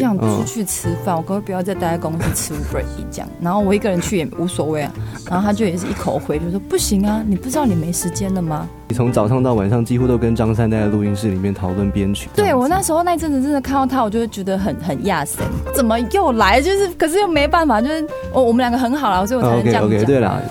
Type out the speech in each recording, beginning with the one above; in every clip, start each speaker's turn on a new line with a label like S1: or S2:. S1: 想出去吃饭，我可不可以不要再待在公司吃 Uber E 这样？然后我一个人去也无所谓啊。然后他就也是一口回，就说不行啊，你不知道你没时间了吗？
S2: 你从早上到晚上几乎都跟张三待在录音室里面讨论编曲。
S1: 对我那时候那一阵子真的看到他，我就会觉得很很亚森，怎么又来？就是可是又没办法，就是哦我我们两个很好啦，所以我才能这
S2: 啊 OK
S1: 样讲。
S2: OK，对嗯啦，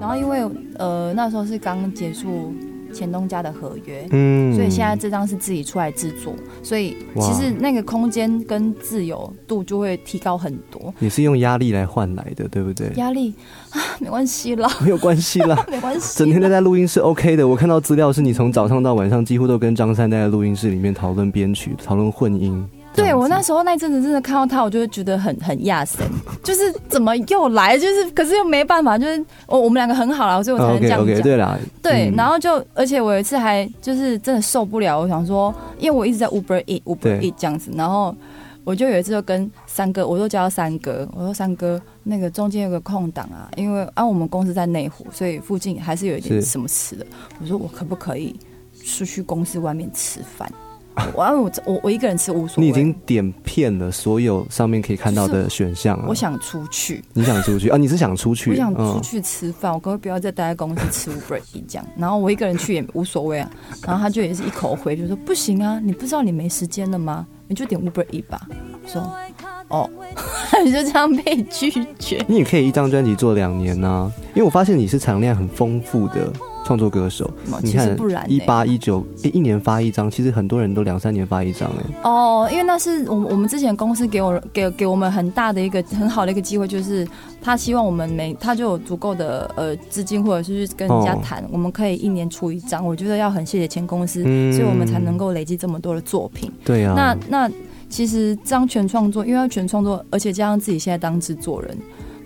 S1: 然后因为呃那时候是刚结束前东家的合约，
S2: 嗯，
S1: 所以现在这张是自己出来制作，所以其实那个空间跟自由度就会提高很多。
S2: 你是用压力来换来的，对不 对？
S1: 压力啊，没关系啦，，
S2: 没有关系 啦
S1: 没关系。
S2: 整天待在录音室 OK 的。我看到资料是你从早上到晚上几乎都跟张三待在录音室里面讨论编曲、讨论混音。这
S1: 对
S2: 样子
S1: 我那时候那一阵子真的看到他，我就会觉得很很亚森，就是怎么又来？就是可是又没办法，就是哦我我们两个很好啦，所以我才能这
S2: OK
S1: 样讲。
S2: 嗯啊 OK，对啦，
S1: 对，
S2: 嗯
S1: 然后就，而且我有一次还就是真的受不了，我想说，因为我一直在 Uber Eat Uber
S2: 对
S1: Eat 这样子，然后我就有一次就跟三哥，我就叫他三哥，我说三哥，那个中间有个空档啊，因为啊我们公司在内湖，所以附近还是有一点
S2: 是
S1: 什么吃的，我说我可不可以是去公司外面吃饭？我啊我我我一个人吃无所谓，
S2: 你已经点遍了所有上面可以看到的选项了。
S1: 我想出去，
S2: 你想出去啊？你是想出去？
S1: 我想出
S2: 嗯
S1: 去吃饭，我可不可以不要再待在公司吃 Uber E 这样？然后我一个人去也无所谓啊。然后他就也是一口回，就说不行啊，你不知道你没时间了吗？你就点 Uber E 吧。我说哦， 你就这样被拒绝。
S2: 你也可以一张专辑做两年呐、啊因为我发现你是产量很丰富的创作歌手。你
S1: 其实
S2: 看
S1: 不然、欸，
S2: 一八一九一年发一张，其实很多人都两三年发一张哎、
S1: 哦，因为那是我们我们之前公司给我给给我们很大的一个很好的一个机会，就是他希望我们每他就有足够的呃资金，或者是去跟人家
S2: 哦
S1: 谈，我们可以一年出一张。我觉得要很谢谢前公司，
S2: 嗯
S1: 所以我们才能够累积这么多的作品。
S2: 对啊，
S1: 那那其实这样全创作，因为要全创作，而且加上自己现在当制作人，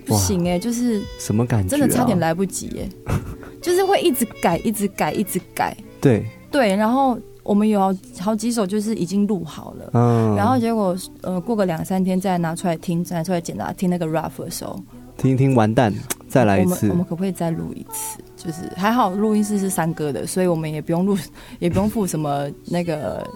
S1: 不
S2: 哇啊
S1: 行哎、就是
S2: 什么感觉、啊？
S1: 真的差点来不及哎、 就是会一直改，一直改，一直改。
S2: 对，
S1: 对，然后我们有好好几首就是已经录好了。
S2: 嗯，
S1: 然后结果，呃，过个两三天再拿出来听，再拿出来检查听那个 rough 的时候，
S2: 听一听完蛋，再来一
S1: 我
S2: 次
S1: 们我们可不可以再录一次？就是还好录音室是三哥的，所以我们也不用录， 也不用付什么那个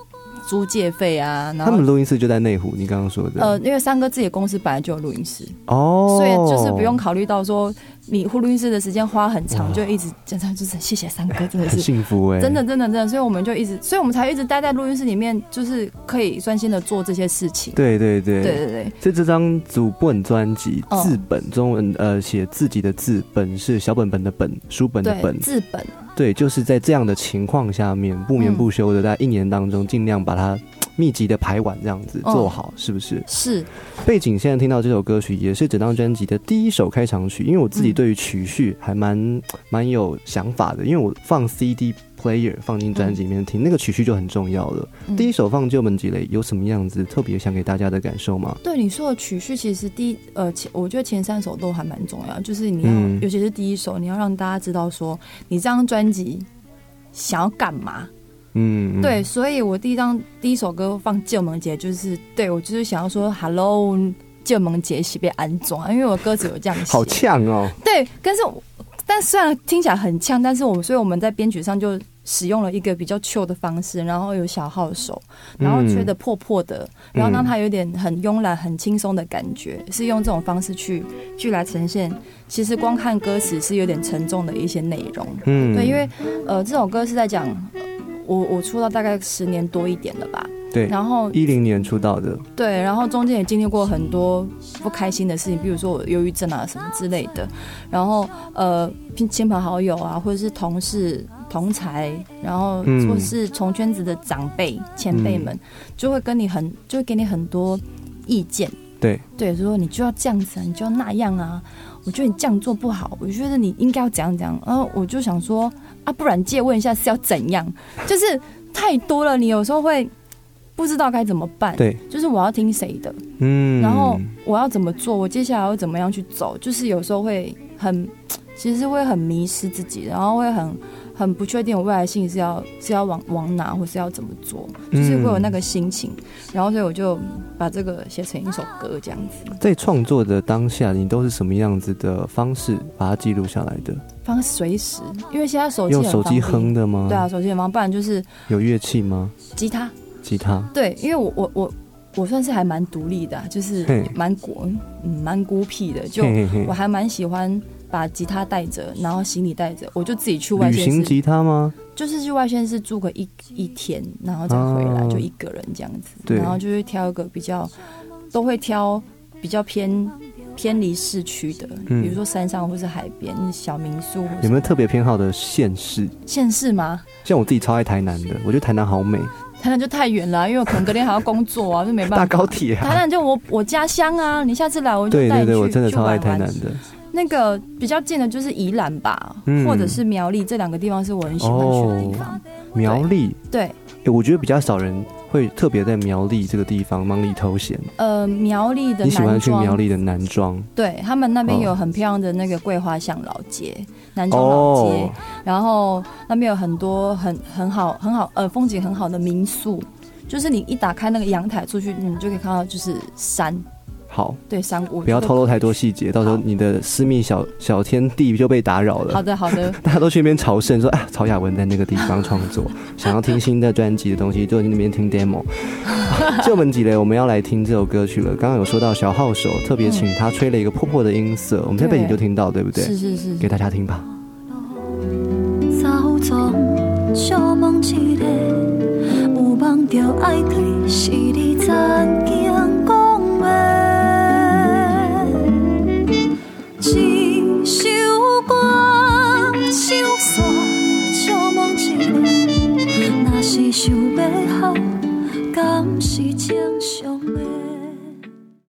S1: 租借费啊。然后
S2: 他们录音室就在内湖，你刚刚说的。
S1: 呃，因为三哥自己的公司本来就有录音室，
S2: 哦，
S1: 所以就是不用考虑到说你录音室的时间花很长，
S2: 哇
S1: 就一直讲他就是谢谢三哥，真的
S2: 很
S1: 是。
S2: 幸福哎、
S1: 真的，真的，真的，所以我们就一直，所以我们才一直待在录音室里面，就是可以专心的做这些事情。
S2: 对对对
S1: 对对对，
S2: 所以这张主本专辑
S1: 哦
S2: 字本、中文呃写自己的字本是小本本的本书本的本
S1: 对，自本
S2: 对，就是在这样的情况下面，不眠
S1: 嗯
S2: 不休的，在一年当中，尽量把它嘖密集的排完，这样子
S1: 哦
S2: 做好，是不是？
S1: 是
S2: 背景现在听到这首歌曲，也是整张专辑的第一首开场曲。因为我自己
S1: 嗯
S2: 对于曲序还蛮嘖蛮有想法的，因为我放 CD player 放进专辑里面听，那个曲序就很重要了。
S1: 嗯
S2: 第一首放《旧门几雷》，有什么样子特别想给大家的感受吗？
S1: 对你说的曲序，其实第一呃，前我觉得前三首都还蛮重要，就是你要，
S2: 嗯
S1: 尤其是第一首，你要让大家知道说你这张专辑想要干嘛。
S2: 嗯，
S1: 对，所以我第一张第一首歌放《旧萌姐》，就是对我就是想要说 “Hello，旧萌姐喜被安装”，因为我歌词有这样写。
S2: 好呛哦，
S1: 对，但是我但虽然听起来很呛，但是我们所以我们在编曲上就使用了一个比较 chill 的方式，然后有小号手，然
S2: 嗯
S1: 后吹的破破的，然后让它有点很慵懒、很轻松的感觉，是用这种方式去去来呈现。其实光看歌词是有点沉重的一些内容，
S2: 嗯
S1: 对，因为呃这首歌是在讲。呃我我出道大概十年多一点了吧，
S2: 对
S1: 然后
S2: 一零年出道的，
S1: 对，然后中间也经历过很多不开心的事情，比如说我忧郁症啊什么之类的，然后呃亲亲朋好友啊，或者是同事同才，然后
S2: 嗯
S1: 或是从圈子的长辈前辈们，就会跟你很就会给你很多意见，
S2: 对
S1: 对，说你就要这样子啊，你就要那样啊，我觉得你这样做不好，我觉得你应该要怎样怎样，然后我就想说啊，不然借问一下是要怎样，就是太多了，你有时候会不知道该怎么办。
S2: 对，
S1: 就是我要听谁的，
S2: 嗯，
S1: 然后我要怎么做，我接下来要怎么样去走，就是有时候会很，其实会很迷失自己，然后会很很不确定我未来性是要是要往往哪，或是要怎么做，就是会有那个心情。
S2: 嗯
S1: 然后所以我就把这个写成一首歌这样子。
S2: 在创作的当下，你都是什么样子的方式把它记录下来的？
S1: 放随时，因为现在手机
S2: 用
S1: 很
S2: 手
S1: 方
S2: 机
S1: 便。
S2: 哼的吗？
S1: 对啊，，手机很方便，不然就是
S2: 有乐器吗？
S1: 吉他。
S2: 吉他？
S1: 对，因为我我我我算是还蛮独立的啊、就是
S2: 嘿
S1: 蛮孤嗯蛮孤僻的，就
S2: 嘿嘿
S1: 我
S2: 嘿，
S1: 还蛮喜欢把吉他带着，然后行李带着，我就自己去外
S2: 旅
S1: 县
S2: 行
S1: 市，
S2: 吉他吗？
S1: 就是去外县市住个一一天，然后再回来、
S2: 啊
S1: 就一个人这样子，
S2: 对
S1: 然后就会挑一个比较，都会挑比较偏。偏离市区的，
S2: 嗯
S1: 比如说山上或是海边、小民宿或
S2: 有
S1: 是
S2: 没有特别偏好的县市？
S1: 县市吗？
S2: 像我自己超爱台南的，我觉得台南好美，
S1: 台南就太远了啊、因为我可能隔天还要工作啊，就没办
S2: 大
S1: 法。
S2: 高铁
S1: 台
S2: 啊。
S1: 南就我我家乡啊，你下次来我就
S2: 对
S1: 带
S2: 对
S1: 你去
S2: 对，我真的
S1: 去
S2: 超爱
S1: 玩
S2: 台
S1: 玩
S2: 南的。
S1: 那个比较近的就是宜兰吧，
S2: 嗯哦
S1: 或者是苗栗这两个地方是我很喜欢去的地方。
S2: 苗栗，
S1: 对，
S2: 诶我觉得比较少人会特别在苗栗这个地方忙里偷闲。
S1: 呃，苗栗的
S2: 你喜欢
S1: 南
S2: 去
S1: 庄，
S2: 苗栗的南庄？
S1: 对他们那边
S2: 哦
S1: 有很漂亮的那个桂花巷老街、南庄老街，
S2: 哦
S1: 然后那边有很多很很好很好呃风景很好的民宿，就是你一打开那个阳台出去，你就可以看到就是山，
S2: 好，
S1: 对山谷。
S2: 不要透露太多细节，到时候你的私密小小天地就被打扰了。
S1: 好的好的，
S2: 大家都去那边朝圣，说啊，曹雅文在那个地方创作，想要听新的专辑的东西，就去那边听 demo。这门集嘞，我们要来听这首歌曲了。刚刚有说到小号手特别请他吹了一个破破的音色，我们在背景就听到，对 不对？
S1: 是是是
S2: 给大家听吧。
S3: 走总少梦一个，有梦就爱开，是你曾经讲的。一